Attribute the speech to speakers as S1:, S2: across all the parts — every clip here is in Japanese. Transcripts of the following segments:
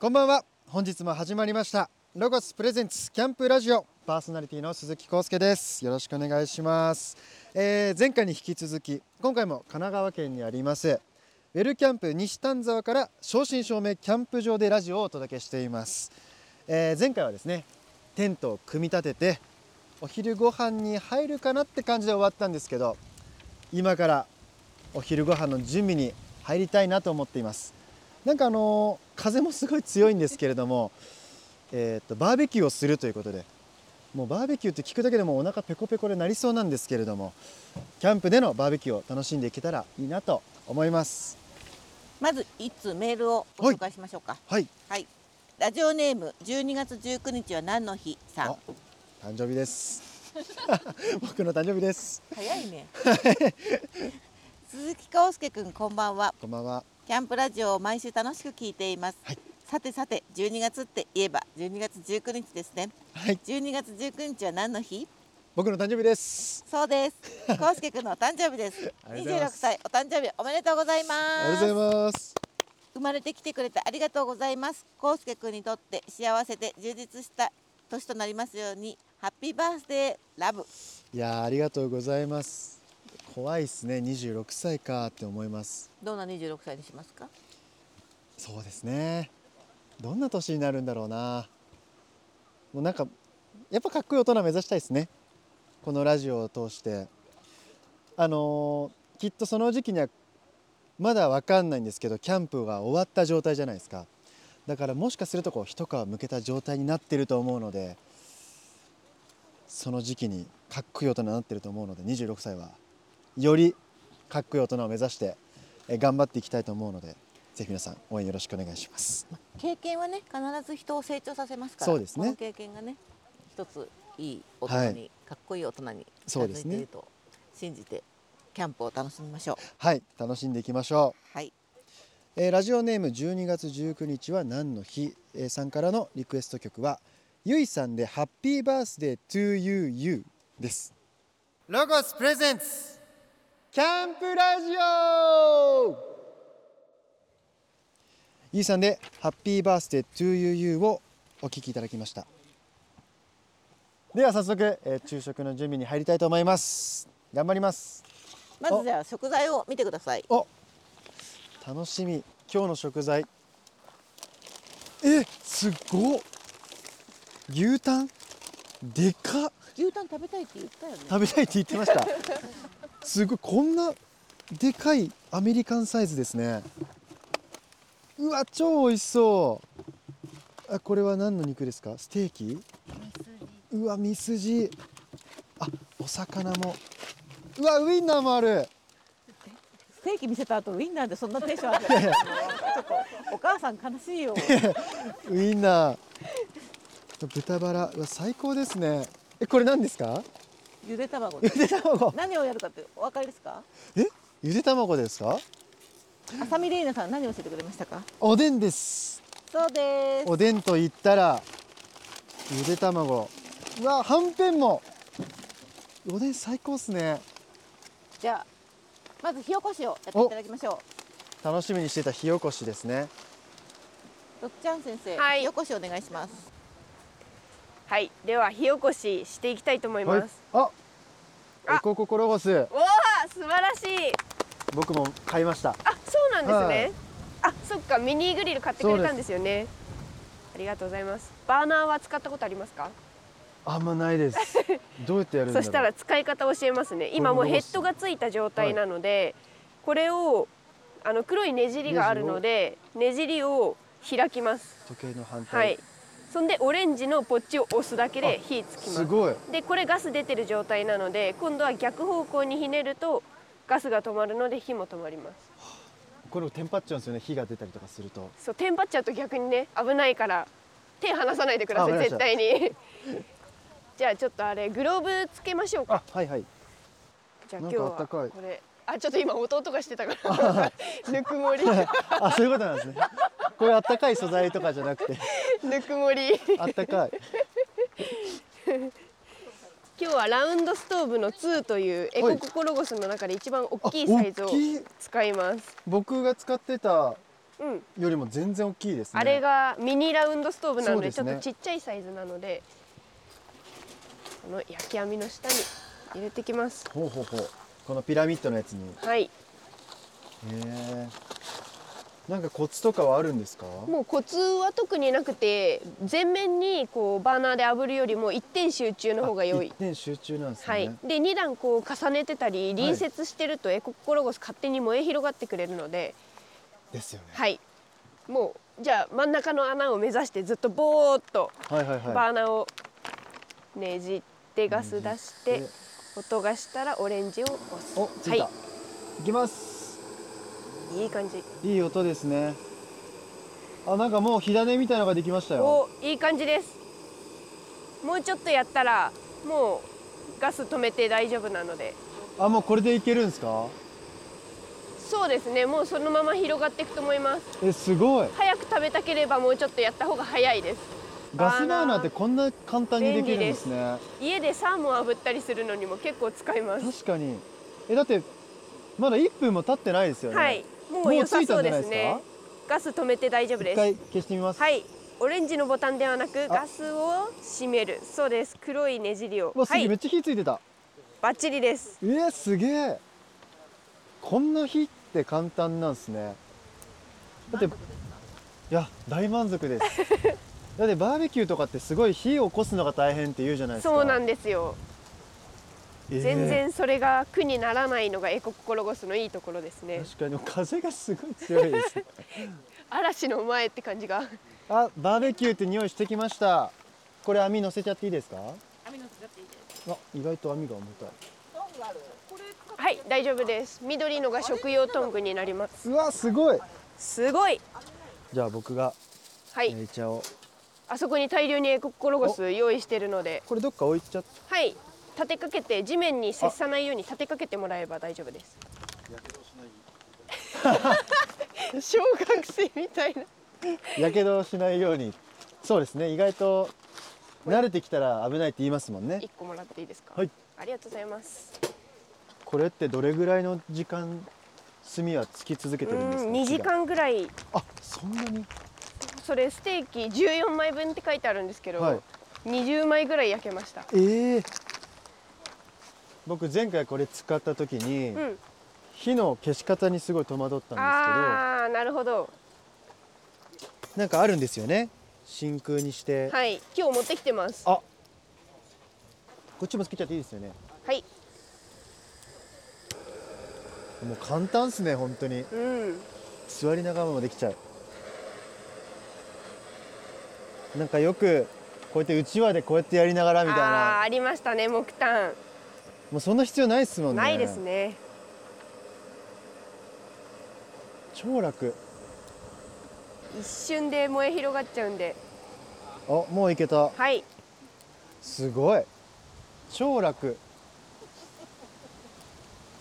S1: こんばんは本日も始まりましたロゴスプレゼンツキャンプラジオパーソナリティの鈴木康介ですよろしくお願いします、えー前回に引き続き今回も神奈川県にありますウェルキャンプ西丹沢から正真正銘キャンプ場でラジオをお届けしています、えー前回はですねテントを組み立ててお昼ご飯に入るかなって感じで終わったんですけど今からお昼ご飯の準備に入りたいなと思っていますなんかあのー風もすごい強いんですけれども、 えー、とバーベキューをするということでもうバーベキューって聞くだけでもお腹ペコペコでなりそうなんですけれどもキャンプでのバーベキューを楽しんでいけたらいいなと思います
S2: まず一通メールをご紹介しましょうか。はい、
S1: はい
S2: ラジオネーム12月19日は何の日さん
S1: あ。誕生日です 僕の誕生日です
S2: 早いね。 鈴木康介くんこんばんは。
S1: こんばんは
S2: キャンプラジオを毎週楽しく聞いています。
S1: はい
S2: さてさて12月って言えば12月19日ですね。
S1: はい
S2: 12月19日は何の日？
S1: 僕の誕生日です
S2: そうです。 康介くんのお誕生日です。
S1: ありがとうござい
S2: 26
S1: ます
S2: 歳お誕生日おめでとうございます。
S1: ありがとうございます
S2: 生まれてきてくれてありがとうございます康介くんにとって幸せで充実した年となりますようにハッピーバースデーラブ
S1: いやーありがとうございます怖いですね26歳かって思います
S2: どんな26歳にしますか
S1: そうですねどんな年になるんだろうなもうなんかやっぱかっこいい大人目指したいですねこのラジオを通してあのーきっとその時期にはまだわかんないんですけどキャンプが終わった状態じゃないですかだからもしかするとこう一皮むけた状態になってると思うのでその時期にかっこいい大人になってると思うので26歳はよりかっこいい大人を目指してえー頑張っていきたいと思うのでぜひ皆さん応援よろしくお願いします。
S2: 経験はね必ず人を成長させますから
S1: そうですね
S2: この経験がね一ついい大人に、
S1: はい
S2: かっこいい大人に近
S1: そうで
S2: づい
S1: す
S2: て
S1: ね
S2: いると信じてキャンプを楽しみましょう
S1: はい、楽しんでいきましょ
S2: はい、
S1: う。えーラジオネーム12月19日は何の日、えーさんからのリクエスト曲はゆいさんでハッピーバースデー to you you です。ロゴスプレゼンツキャンプラジオゆいさんでハッピーバースデー to you you をお聞きいただきました。では早速、えー昼食の準備に入りたいと思います。頑張ります。
S2: まずじゃあ食材を見てください
S1: お楽しみ今日の食材えすごっ牛タンでかっ
S2: 牛タン食べたいって言ったよね
S1: 食べたいって言ってましたすごいこんなでかいアメリカンサイズですねうわ超美味しそうあこれは何の肉ですかステーキうわミスジあお魚もうわウインナーもある
S2: ステーキ見せた後ウインナーでそんなテンションあるちょっとお母さん悲しいよ
S1: ウインナー。豚バラ、うわ最高ですね。え、これ何ですか。
S2: ゆで卵で
S1: ゆ
S2: す
S1: で卵。
S2: 何をやるかってお分かりですか
S1: え、ゆで卵ですか。
S2: 浅見玲奈さん何を教えてくれましたか
S1: おでんです。
S2: そうです
S1: おでんと言ったら。ゆで卵。うわ、はんぺんも。おでん最高ですね。
S2: じゃあまず火起こしをやっていただきましょ
S1: 楽しみにしてた火起こしですね。
S2: うろっちゃん先生、
S3: はい
S2: 火起こしお願いします
S3: はい、では火起こししていきたいと思います。
S1: あ。
S3: あ
S1: エコココロゴス、
S3: おお、素晴らしい。
S1: 僕も買いました。
S3: あ、そうなんですね。あ、そっか、ミニグリル買ってくれたんですよね。ありがとうございます。バーナーは使ったことありますか？
S1: あんまない です。どうやってやるんだろ。
S3: そうしたら使い方教えますね。今もうヘッドがついた状態なので、これをあの黒いねじりがあるので、ねじりを開きます。
S1: 時計の反
S3: は
S1: 対。
S3: い。そんでオレンジのポッチを押すだけで火つきます
S1: す。ごい。
S3: でこれガス出てる状態なので今度は逆方向にひねるとガスが止まるので火も止まります
S1: これテンパっちゃうんですよね。火が出たりとかすると。
S3: そうテンパっちゃうと逆にね危ないから手離さないでくだ
S1: あわ
S3: さ
S1: か
S3: い
S1: りました
S3: 絶対に じゃあちょっとあれグローブつけましょうか
S1: あ、はいはい。
S3: じゃあ
S1: な
S3: 今
S1: ん
S3: 日
S1: か
S3: は
S1: あったかい
S3: これあちょっと今弟がしてたからぬくもり
S1: あ、そういうことなんですね。こういうあったかい素材とかじゃなくて、
S3: ぬくもり
S1: あったかい。
S3: 今日はラウンドストーブの2というエコココロゴスの中で一番大きい
S1: あ
S3: サイズを
S1: 大きい
S3: 使います
S1: 僕が使ってた
S3: うん、
S1: よりも全然大きいですね
S3: あれがミニラウンドストーブなので
S1: そうですね
S3: ちょっとちっちゃいサイズなのでこの焼き網の下に入れてきます
S1: ほうほうほうこのピラミッドのやつにへ
S3: はい
S1: えなんかコツとかはあるんですか
S3: もうコツは特になくて全面にこうバーナーで炙るよりも一点集中の方が良
S1: あ
S3: い
S1: 一点集中なんですね、
S3: はい、で2段こう重ねてたり隣接してるとエコッコロゴス勝手に燃え広がってくれるので、
S1: ですよね、
S3: はい、もうじゃあ真ん中の穴を目指してずっとぼーっと
S1: はい、はいはい
S3: バーナーをねじってガス出して
S1: ね
S3: 音がしたらオレンジを押す
S1: おついた、、
S3: はい
S1: きます
S3: い、いい感じ
S1: いい音ですねあなんかもう火種みたいのができましたよ
S3: おいい感じですもうちょっとやったらもうガス止めて大丈夫なので
S1: あもうこれでいけるんですか
S3: そうですねもうそのまま広がっていくと思います
S1: えすごい
S3: 早く食べたければもうちょっとやった方が早いです
S1: ガスバーナーってこんな簡単にできるんですね
S3: 家でサーモン炙ったりするのにも結構使います
S1: 確かにえだってまだ1分も経ってないですよね
S3: はいも
S1: も
S3: う
S1: う
S3: 良さそうで
S1: ついたんじ
S3: す
S1: ゃない
S3: ねガス止めて大丈夫で
S1: 一
S3: す
S1: 回消してみます、
S3: はいオレンジのボタンではなくガスを閉めるそうです黒いねじりを
S1: うわす
S3: は
S1: げえ、
S3: い
S1: めっちゃ火ついてた
S3: バッチリです
S1: えー、すげえこんな火って簡単なんですねだっていや大満足 ですだってバーベキューとかってすごい火を起こすのが大変って言うじゃないですか
S3: そうなん
S1: で、
S3: ですよ
S1: えー
S3: 全然それが苦にならないのがエココロゴスのいいところですね
S1: 確かに風がすごい強いですね
S3: 嵐の前って感じが
S1: あバーベキューって匂いしてきましたこれ網乗せちゃっていいですか
S4: 網の使っていいです。
S1: あ意外と網が重たい
S3: はい大丈夫です緑のが食用トングになります
S1: うわすごい
S3: すごい
S1: じゃあ僕が
S3: はい
S1: 焼いちゃおう、
S3: あそこに大量にエココロゴス用意してるので
S1: これどっか置いちゃっ
S3: はい立てかけて地面に接さないように立てかけてもらえば大丈夫です 小学生みたいな
S1: やけどしないようにそうですね意外と慣れてきたら危ないって言いますもんね
S3: 一個もらっていいですか
S1: はい
S3: ありがとうございます
S1: これってどれぐらいの時間炭はつき続けて
S3: う
S1: るんですか
S3: ん2時
S1: 火が
S3: 間ぐらい
S1: あそんなに
S3: それステーキ14枚分って書いてあるんですけど、
S1: はい
S3: 20枚ぐらい焼けました
S1: ええ僕前回これ使った時に、
S3: うん
S1: 火の消し方にすごい戸惑ったんで
S3: ああーなるほど
S1: すけどなんかあるんですよね真空にして、
S3: はい今日持ってきてます
S1: あこっちもつけちゃっていいですよね
S3: はい
S1: もう簡単っすね本当に
S3: うん
S1: 座りながらもできちゃうなんかよくこうやってうちわでこうやってやりながらみたい
S3: あー
S1: な
S3: ありましたね木炭
S1: もうそんな必要ないですもんね
S3: ないですね
S1: 超楽
S3: 一瞬で燃え広がっちゃうんで
S1: あもういけた
S3: はい
S1: すごい超楽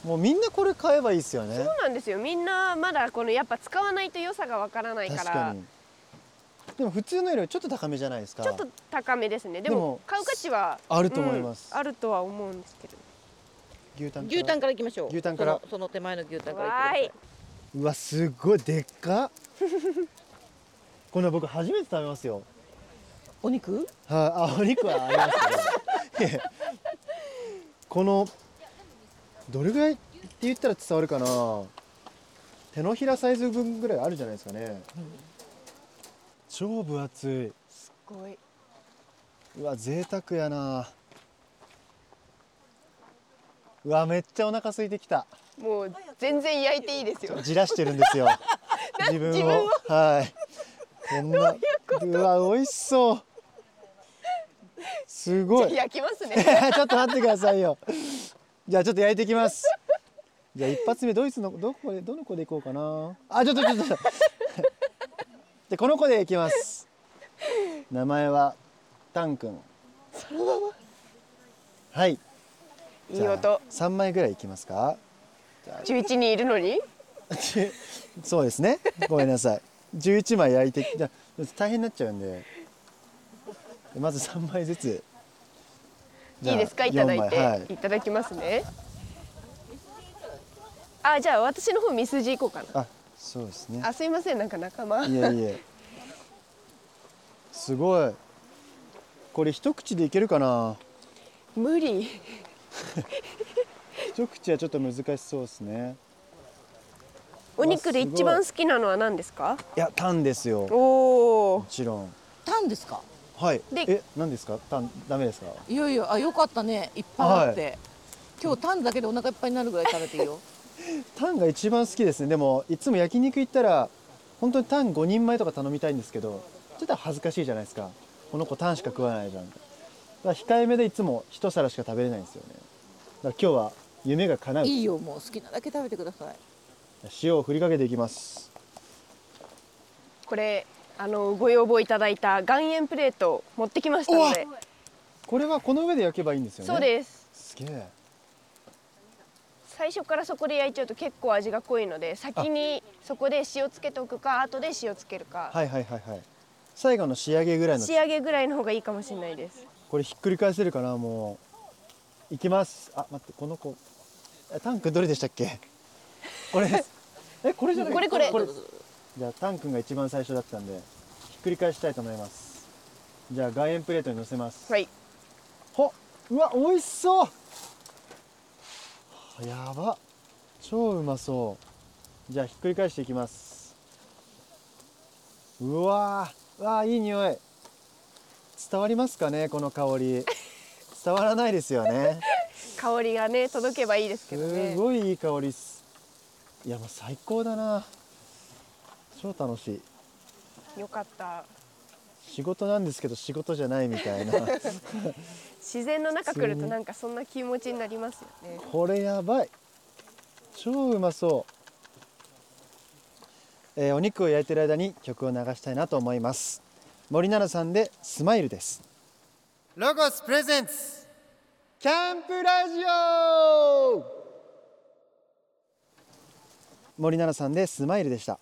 S1: もうみんなこれ買えばいいですよね
S3: そうなんですよみんなまだこのやっぱ使わないと良さがわからないか
S1: 確
S3: ら
S1: かにでも普通のよりはちょっと高めじゃないですか
S3: ちょっと高めですねでも
S1: でも
S3: 買う価値は
S1: あると思います
S3: うんあるとは思うんですけど
S1: 牛タンから
S4: 牛タンからいきましょう。
S1: 牛タンから
S4: そのその手前の牛タンから
S3: わー
S4: い
S3: い
S4: ってくだ
S1: うわすごいでっかこんな僕初めて食べますよ
S4: さい。お肉？
S1: はい、あ、お肉はありますけどいやこのどれぐらいって言ったら伝わるかな手のひらサイズ分ぐらいあるじゃないですかね、超分厚
S3: すごいう
S1: いわ贅沢やなうわめっちゃお腹空いてきた
S3: もう全然焼いていいですよ
S1: じらしてるんです よ自分をはいこんなうわ美味しそうすごい
S3: 焼きますね
S1: ちょっと待ってくださいよ。じゃあちょっと焼いてきます。じゃあ一発目ドイツのどこでどの子で行こうかな。あちょっとちょっとちょっと。 でこの子で行きます。名前はタン君。はい。
S3: いい音
S1: 三枚ぐらい行きますか。
S3: 11人いるのに
S1: ち そうですね。ごめんなさい。十一枚焼いてじゃあ大変になっちゃうんで。まず三枚ずつ。じゃ
S3: い
S1: あ
S3: いですかいただいて、
S1: 四枚はい
S3: い、ただきますねあじゃあ私の方ミスジいこうかな
S1: あ、そうですね
S3: あすいませんなんか仲間
S1: いえいえすごいこれ一口でいけるかな
S3: 無理
S1: 一口はちょっと難しそうですね
S3: お肉で一番好きなのは何ですか
S1: いやタンですよも
S3: おお
S1: ちろん
S4: たんですか。
S1: はい
S3: で
S1: え何ですかタンダメですか
S4: いやいや、あ、よかったね。いっぱいあって。今日タンだけでお腹いっぱいになるぐらい食べていいよ。
S1: タンが一番好きですねでもいつも焼肉行ったら本当にタン5人前とか頼みたいんですけどちょっと恥ずかしいじゃないですかこの子タンしか食わないじゃんだから控えめでいつも一皿しか食べれないんですよねだから今日は夢が叶う
S4: いいよ、もう好きなだけ食べてください。
S1: 塩を振りかけていきます
S3: これあのご要望いただいた岩塩プレート持ってきましたので、
S1: これはこの上で焼けばいいんですよね
S3: そうです
S1: すげえ
S3: 最初からそこで焼いちゃうと結構味が濃いので先にそこで塩つけておくか後で塩つけるか、
S1: はいはいはいはい最後の仕上げぐらいの
S3: 仕上げぐらいの方がいいかもしれないです
S1: これひっくり返せるかなもういきますあ待ってこの子あタン君どれでしたっけこれです えこれじゃない
S3: これこれ
S1: じゃあタン君が一番最初だったんでひっくり返したいと思いますじゃあ岩塩プレートに乗せます
S3: はい
S1: ほっうわ美味しそうはやば超うまそうじゃあひっくり返していきますうわーうわーいい匂い伝わりますかねこの香り伝わらないですよね
S3: 香りがね届けばいいですけどね
S1: すごいいい香りっすいやもう最高だな超楽しい
S3: よかった
S1: 仕事なんですけど仕事じゃないみたいな
S3: 自然の中来るとなんかそんな気持ちになりますよね
S1: これやばい超うまそう、えーお肉を焼いてる間に曲を流したいなと思います森奈々さんでスマイルですロゴスプレゼンツキャンプラジオ森奈々さんでスマイルでした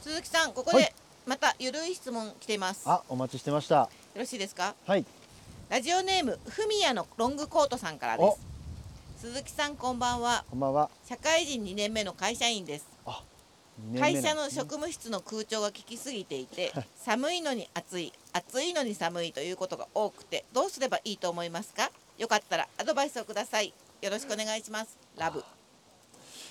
S2: 鈴木さんここ
S1: は
S2: で
S1: い
S2: またゆるい質問来ています、
S1: あお待ちしてました
S2: よろしいですか
S1: はい
S2: ラジオネームふみやのロングコートさんからで
S1: お
S2: す鈴木さんこんばんは
S1: こんばんは
S2: 社会人2年目の会社員です
S1: 二年目なん
S2: 会
S1: ですね
S2: 社の職務室の空調が効きすぎていて寒いのに暑い暑いのに寒いということが多くてどうすればいいと思いますかよかったらアドバイスをくださいよろしくお願いしますラブ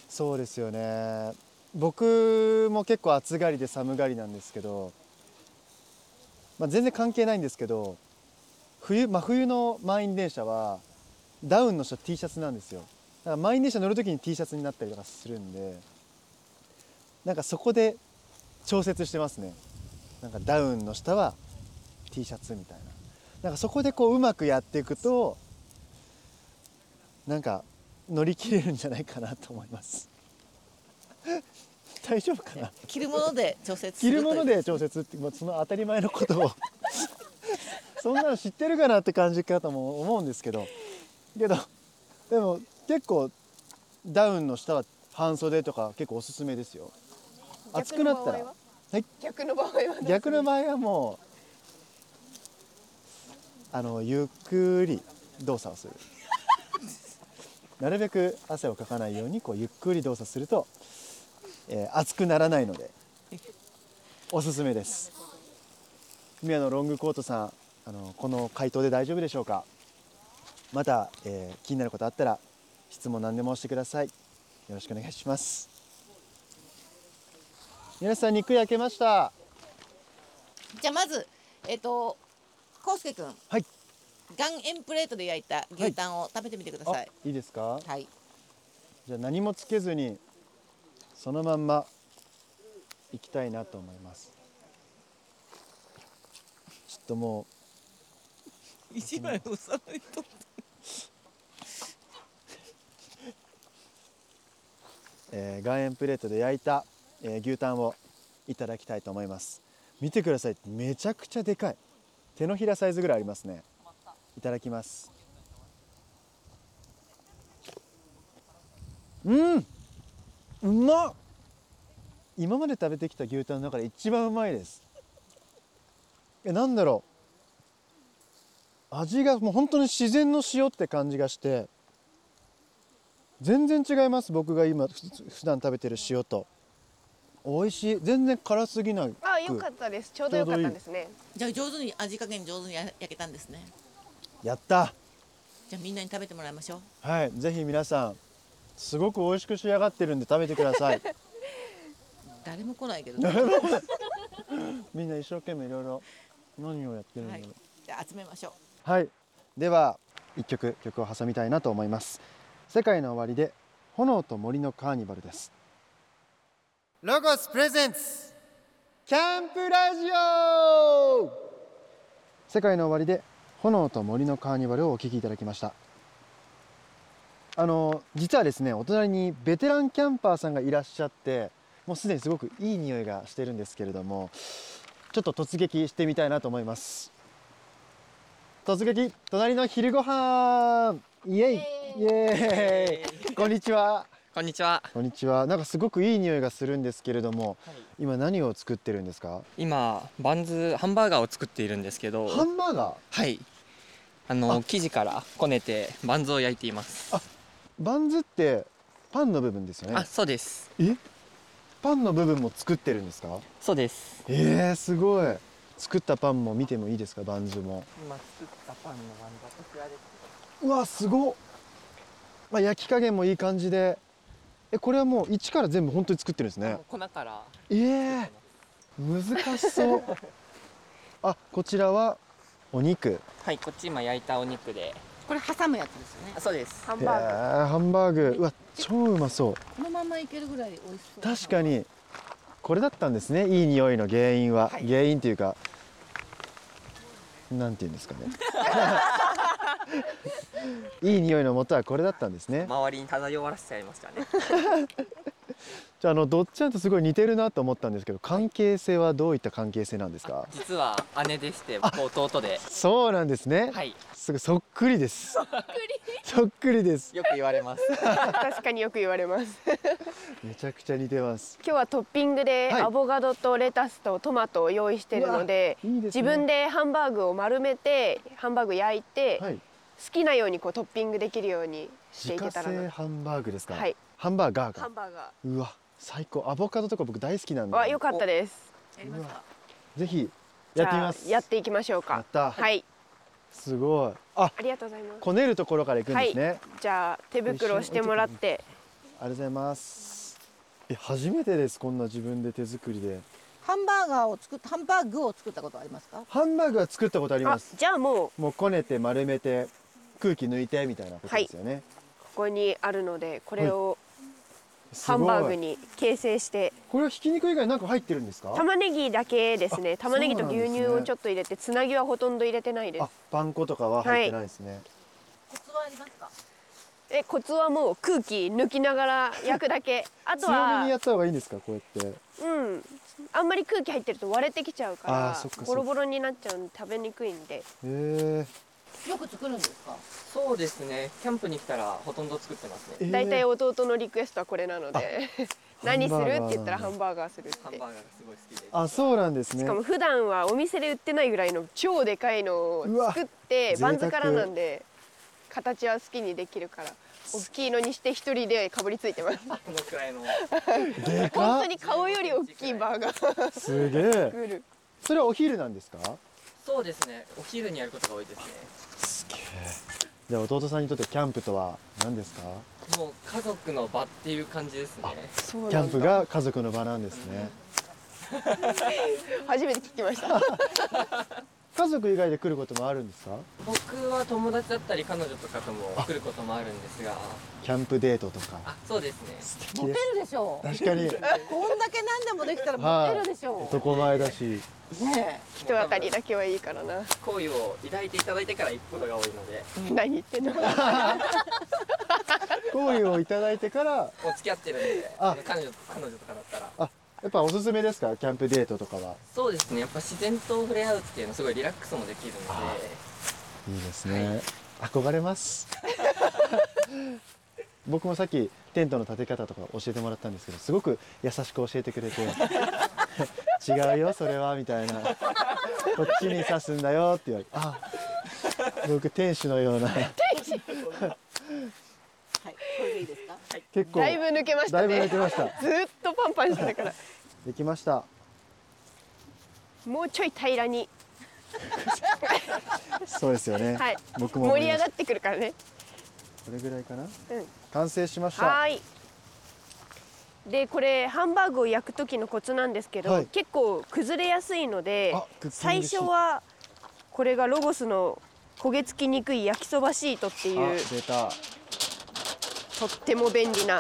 S1: そうですよね僕も結構暑がりで寒がりなんですけど、まあ、全然関係ないんですけど冬真冬の満員電車はダウンの人は T シャツなんですよだから満員電車乗る時に T シャツになったりとかするんでなんかそこで調節してますねなんかダウンの下は T シャツみたいななんかそこでこううまくやっていくとなんか乗り切れるんじゃないかなと思います。 大丈夫かな。
S2: 着るもので調節す
S1: 着
S2: るとい
S1: るもの
S2: う
S1: で調節って、まあ、その当たり前のことを。 そんなの知ってるかなって感じかとも思うんですけど。けど、でも結構ダウンの下は半袖とか結構おすすめですよ。暑くなったら。はい。
S3: 逆の場合はどうする
S1: 逆の場合はもう。あのゆっくり動作をする。なるべく汗をかかないようにこうゆっくり動作すると、えー熱くならないのでおすすめです宮野ロングコートさんあのこの回答で大丈夫でしょうかまた、えー気になることあったら質問何でもしてくださいよろしくお願いします皆さん肉焼けました
S2: じゃあまずえっ、とこうすけくん
S1: はい
S2: 岩塩プレートで焼いた牛タンを食べてみてくだ
S1: あ
S2: さい、はい
S1: いいですかじゃあ何もつけずにそのまんま行きたいなと思いますちょっとも
S2: 一枚お皿にとっ
S1: う、えー、岩塩プレートで焼いた、えー牛タンをいただきたいと思います見てくださいめちゃくちゃでかい手のひらサイズぐらいありますねいただきますうんうまっ今まで食べてきた牛タンの中で一番うまいですえなんだろう味がもう本当に自然の塩って感じがして全然違います僕が今ふ普段食べてる塩と美味しい全然辛すぎない
S3: あ、よかったです。ちょうどよかったですね。
S2: じゃあ上手に味加減上手にや焼けたんですね
S1: やった
S2: じゃあみんなに食べてもらいましょう
S1: はいぜひ皆さんすごく美味しく仕上がってるんで食べてください
S2: 誰も来ないけど、ね、
S1: みんな一生懸命いろいろ何をやってるんだ
S2: は
S1: ろ
S2: いうじゃあ集めましょう
S1: はい、では一曲曲を挟みたいなと思います世界の終わりで炎と森のカーニバルですロゴスプレゼンツキャンプラジオ世界の終わりで炎と森のカーニバルをお聞きいただきましたあの実はですねお隣にベテランキャンパーさんがいらっしゃってもうすでにすごくいい匂いがしてるんですけれどもちょっと突撃してみたいなと思います突撃隣の昼ごはんイエイイエーイこんにちは
S5: こんにちは。
S1: こんにちはなんかすごくいい匂いがするんですけれども、今何を作ってるんですか
S5: 今バンズハンバーガーを作っているんですけど、
S1: ハンバーガー
S5: はい。あの生地からこねてバンズを焼いています。
S1: バンズってパンの部分ですよ
S5: あ、
S1: ね
S5: そうです。
S1: えパンの部分も作ってるんですか
S5: そうです。
S1: えー、すごい作ったパンも見てもいいですかバンズも
S5: 今作ったパンのバンズはこちらです。
S1: うわすごっ、まあ、焼き加減もいい感じでえこれはもう一から全部本当に作ってるんですね
S5: 粉から
S1: ええ難しそうあこちらはお肉
S5: はい、こっち今焼いたお肉で。
S4: これ挟むやつですよね
S5: あ、そうです。
S3: ハン
S1: へえ
S3: バーグ。
S1: ハンバーグうわ超うまそう
S4: このままいけるぐらい美味しそう
S1: 確かにこれだったんですねいい匂いの原因は、原因というかなんて言うんですかねいい匂いの元はこれだったんですね
S5: 周りに漂わらせちゃいました ね。
S1: じゃああのどっちなんとすごい似てるなと思ったんですけど関係性はどういった関係性なんですか
S5: 実は姉でして、僕弟で。
S1: そうなんですね、
S5: はい。
S1: すごいそっくりですそっくりそっくりです
S5: よく言われます。
S3: 確かによく言われます。
S1: めちゃくちゃ似てます
S3: 今日はトッピングで
S1: はい
S3: アボカドとレタスとトマトを用意してるので,、
S1: うわいいですね
S3: 自分でハンバーグを丸めてハンバーグ焼いて、
S1: はい
S3: 好きなようにこうトッピングできるようにし
S1: 自
S3: ていけ
S1: 家
S3: たら
S1: 製
S3: な
S1: ハンバーグですか、
S3: はい
S1: ハンバーガー
S3: ハ
S1: か
S3: ンバーガ
S1: うわ最高アボカドとか僕大好きなん
S3: ー
S1: で
S3: は良かったです
S4: やりますか
S1: ぜひやってみます
S3: じゃあやっていきましょうか
S1: やった
S3: はい
S1: すごいあ
S3: ありがとうございます
S1: こねるところから行くんですね、あり
S3: じゃあ手袋をしてもらって
S1: がとうございますえ初めてですこんな自分で手作りで
S4: ハンバーガーを作っハンバーグを作ったことありますか
S1: ハンバーグは作ったことあり
S3: あ
S1: ます
S3: じゃあもう
S1: もうこねて丸めて空気抜いてみたいなことですよね、
S3: ここにあるのでこれを
S1: す
S3: ハ
S1: ごい
S3: ンバーグに形成して
S1: これはひき肉以外なんか入ってるんですか
S3: 玉ねぎだけですね玉ねぎと
S1: そうなんで
S3: 牛
S1: すね
S3: 乳をちょっと入れてつなぎはほとんど入れてないです
S1: あパン粉とかは入ってないですね、
S4: コツはありますか
S3: えコツはもう空気抜きながら焼く だけあと
S1: 強めにや
S3: は
S1: った方がいいんですかこうやって
S3: うんあんまり空気入ってると割れてきちゃうから
S1: あーそっかそっか
S3: ボロボロになっちゃうんで食べにくいんで
S1: へ
S4: よく作るんですか
S5: そうですね。キャンプに来たらほとんど作ってますね。
S1: え
S3: 大体弟のリクエストはこれなので 何するって言ったらハンバーガーするって
S5: ハンバーガーがすごい好きです。
S1: あそうなんですね
S3: しかも普段はお店で売ってないぐらいの超でかいの
S1: う
S3: を
S1: わ
S3: 作って
S1: 贅沢
S3: バンズからなんで形は好きにできるから大きいのにして一人でかぶりついてます
S5: このくらいの。
S1: でか
S3: 本
S1: っ
S3: 当に顔より大きいバーガー
S1: すげえ
S3: 来る
S1: それはお昼なんですか
S5: そうですね。お昼にやることが多いですね。
S1: すげえじゃあ弟さんにとってキャンプとは何ですか
S5: もう家族の場っていう感じですね。
S3: そう
S1: キ
S3: な
S1: ャン
S3: ん
S1: プ
S3: だ
S1: が家族の場なんですね
S3: 初めて聞きました
S1: 家族以外で来ることもあるんですか
S5: 僕は友達だったり彼女とかとも来ることもあるんですが、
S1: キャンプデートとか
S5: あ、そうですね。
S1: 素
S4: モテ
S1: 敵です
S4: るでしょう
S1: 確かに
S4: こんだけ何でもできたらモテるでしょ
S1: 男前だし
S4: うね
S3: 人当たりだけはいいからな
S5: 好意を抱いていただいてから行くことが多いので、
S3: 何言ってんの
S1: 好意をいただいてから
S5: もう付き合ってるんで、
S1: あ
S5: 彼女彼女とかだったら。
S1: あやっぱおすすめですかキャンプデートとかは
S5: そうですね。やっぱ自然と触れ合うっていうのはすごいリラックスもできるので、
S1: いいですね憧れます 僕もさっきテントの立て方とか教えてもらったんですけどすごく優しく教えてくれて 違うよそれはみたいなこっちに刺すんだよって言われてあ僕天使のような
S4: はいこれでいいですか
S1: 結構
S3: だいぶ抜けましたね
S1: だいぶ抜けました
S3: ずーっとパンパンしてたから
S1: できました
S3: もうちょい平らに
S1: そうですよね、
S3: はい
S1: 僕も思
S3: 盛
S1: い
S3: り
S1: ま
S3: 上
S1: した
S3: がってくるからね
S1: これぐらいかな
S3: うん
S1: 完成しました
S3: はーいでこれハンバーグを焼く時のコツなんですけど、
S1: はい
S3: 結構崩れやすいので
S1: あクッキングシー
S3: 最
S1: ト
S3: 初はこれがロゴスの焦げ付きにくい焼きそばシートって
S1: あ
S3: いう
S1: 出た
S3: とっても便利な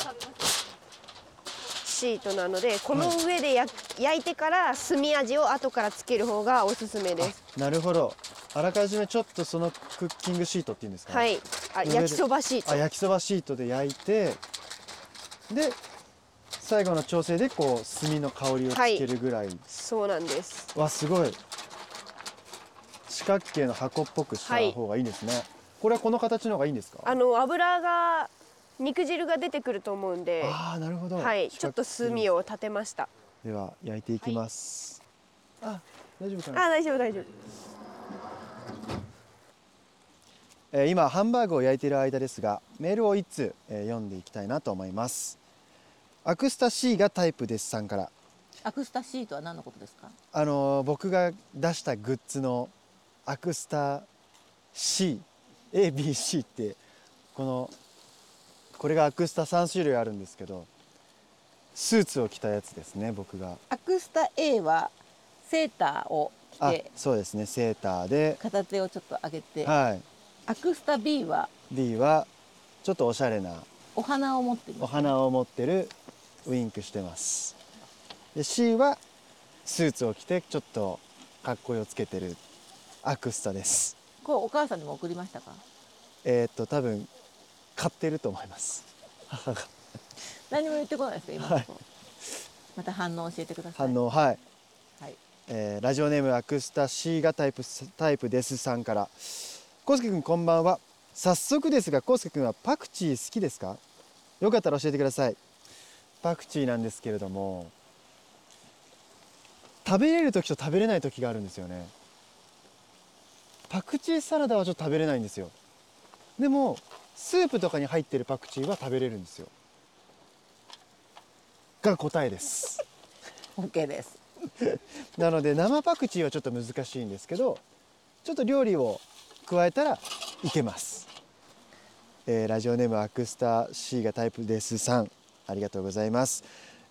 S3: シートなのでこの上で焼,、焼いてから炭味を後からつける方がおすすめです
S1: なるほどあらかじめちょっとそのクッキングシートっていうんですか、
S3: はいあ
S1: 上で
S3: 焼きそばシー
S1: あ
S3: ト
S1: 焼きそばシートで焼いてで最後の調整でこう炭の香りをつけるぐらい、
S3: そうなんです
S1: わすごい四角形の箱っぽくした
S3: はい
S1: 方がいいですね、これはこの形の方がいいんですか
S3: あの油が肉汁が出てくると思うんで
S1: あーなるほど
S3: はいちょっと
S1: 四角
S3: 炭
S1: 形
S3: を立てました
S1: では焼いていきます、あ大丈夫か
S3: あ
S1: な、
S3: 大丈夫大丈夫
S1: えー今ハンバーグを焼いている間ですがメールを一通、えー読んでいきたいなと思いますアクスタ C がタイプですさんから
S4: アクスタシートは何のことですか
S1: あのー僕が出したグッズのアクスタ CABC ってこのこれがアクスタ3種類あるんですけどスーツを着たやつですね僕が
S4: アクスタ A はセーターを着
S1: あ
S4: て
S1: そうですねセーターで
S4: 片手をちょっと上げて
S1: は
S4: アクスタ B はい
S1: B はちょっとおしゃれな
S4: お花を持ってい
S1: お
S4: ます
S1: 花を持ってるウインクしてますで C はスーツを着てちょっとかっこよつけてるアクスタです
S4: これお母さんにも送りましたか
S1: えーっと多分買ってると思います母が
S4: 何も言ってこないですか今のところ、また反応教えてください
S1: 反応はい、
S4: はい
S1: えーラジオネームアクスタ C がタイプスタイプですさんからコウスケくんこんばんは早速ですがコウスケくんはパクチー好きですかよかったら教えてくださいパクチーなんですけれども食べれる時と食べれない時があるんですよねパクチーサラダはちょっと食べれないんですよでもスープとかに入ってるパクチーは食べれるんですよが答えです
S4: OK です
S1: なので生パクチーはちょっと難しいんですけどちょっと料理を加えたらいけます、えーラジオネームアクスタ C がタイプですさんありがとうございます、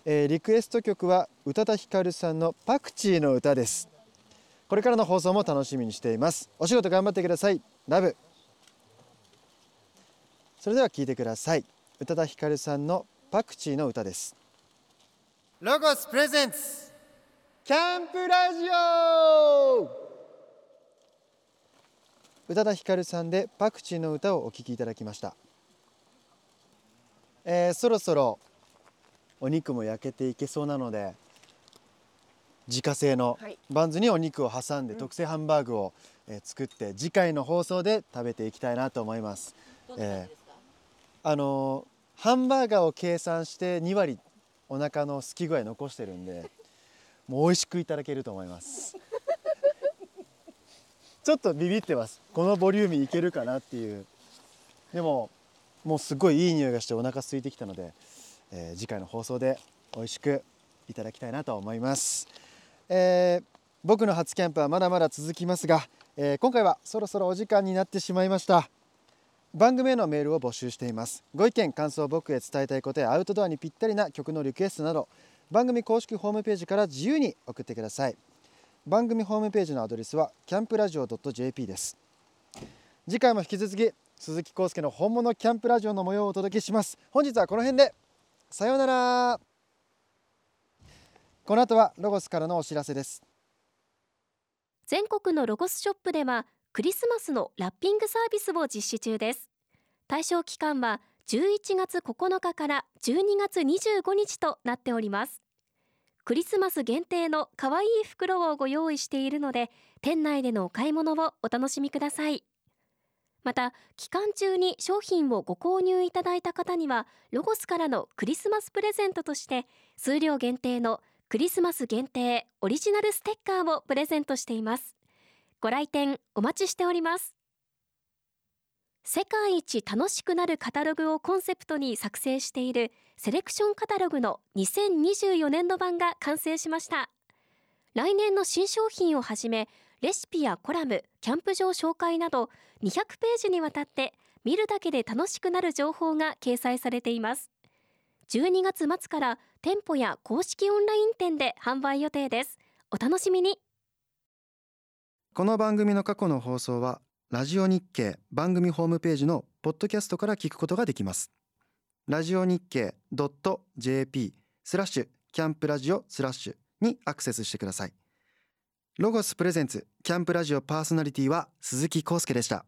S1: えーリクエスト曲は宇多田ヒカルさんのパクチーの歌ですこれからの放送も楽しみにしていますお仕事頑張ってくださいラブそれでは聞いてください宇多田ヒカルさんのパクチーの歌ですロゴスプレゼンツキャンプラジオ宇多田ヒカルさんでパクチーの歌をお聞きいただきました、えーそろそろお肉も焼けていけそうなので自家製の
S3: はい
S1: バンズにお肉を挟んで特製ハンバーグを、えー作って次回の放送で食べていきたいなと思いますえーあのーハンバーガーを計算して2割お腹のすき具合残してるんでもう美味しくいただけると思います ちょっとビビってますこのボリューミーいけるかなっていうでももうすごいいい匂いがしてお腹空いてきたので、えー次回の放送で美味しくいただきたいなと思います、えー僕の初キャンプはまだまだ続きますが、えー今回はそろそろお時間になってしまいました番組へのメールを募集していますご意見感想僕へ伝えたいことやアウトドアにぴったりな曲のリクエストなど番組公式ホームページから自由に送ってください番組ホームページのアドレスはキャンプラジオ .jp です次回も引き続き鈴木康介の本物キャンプラジオの模様をお届けします本日はこの辺でさようならこの後はロゴスからのお知らせです
S6: 全国のロゴスショップではクリスマスのラッピングサービスを実施中です対象期間は11月9日から12月25日となっておりますクリスマス限定の可愛い袋をご用意しているので店内でのお買い物をお楽しみくださいまた期間中に商品をご購入いただいた方にはロゴスからのクリスマスプレゼントとして数量限定のクリスマス限定オリジナルステッカーをプレゼントしていますご来店お待ちしております世界一楽しくなるカタログをコンセプトに作成しているセレクションカタログの2024年度版が完成しました来年の新商品をはじめレシピやコラムキャンプ場紹介など200ページにわたって見るだけで楽しくなる情報が掲載されています12月末から店舗や公式オンライン店で販売予定ですお楽しみに
S1: この番組の過去の放送はラジオ日経番組ホームページのポッドキャストから聞くことができますラジオ日経 .jp スラッシュキャンプラジオスラッシュにアクセスしてくださいロゴスプレゼンツキャンプラジオパーソナリティは鈴木康介でした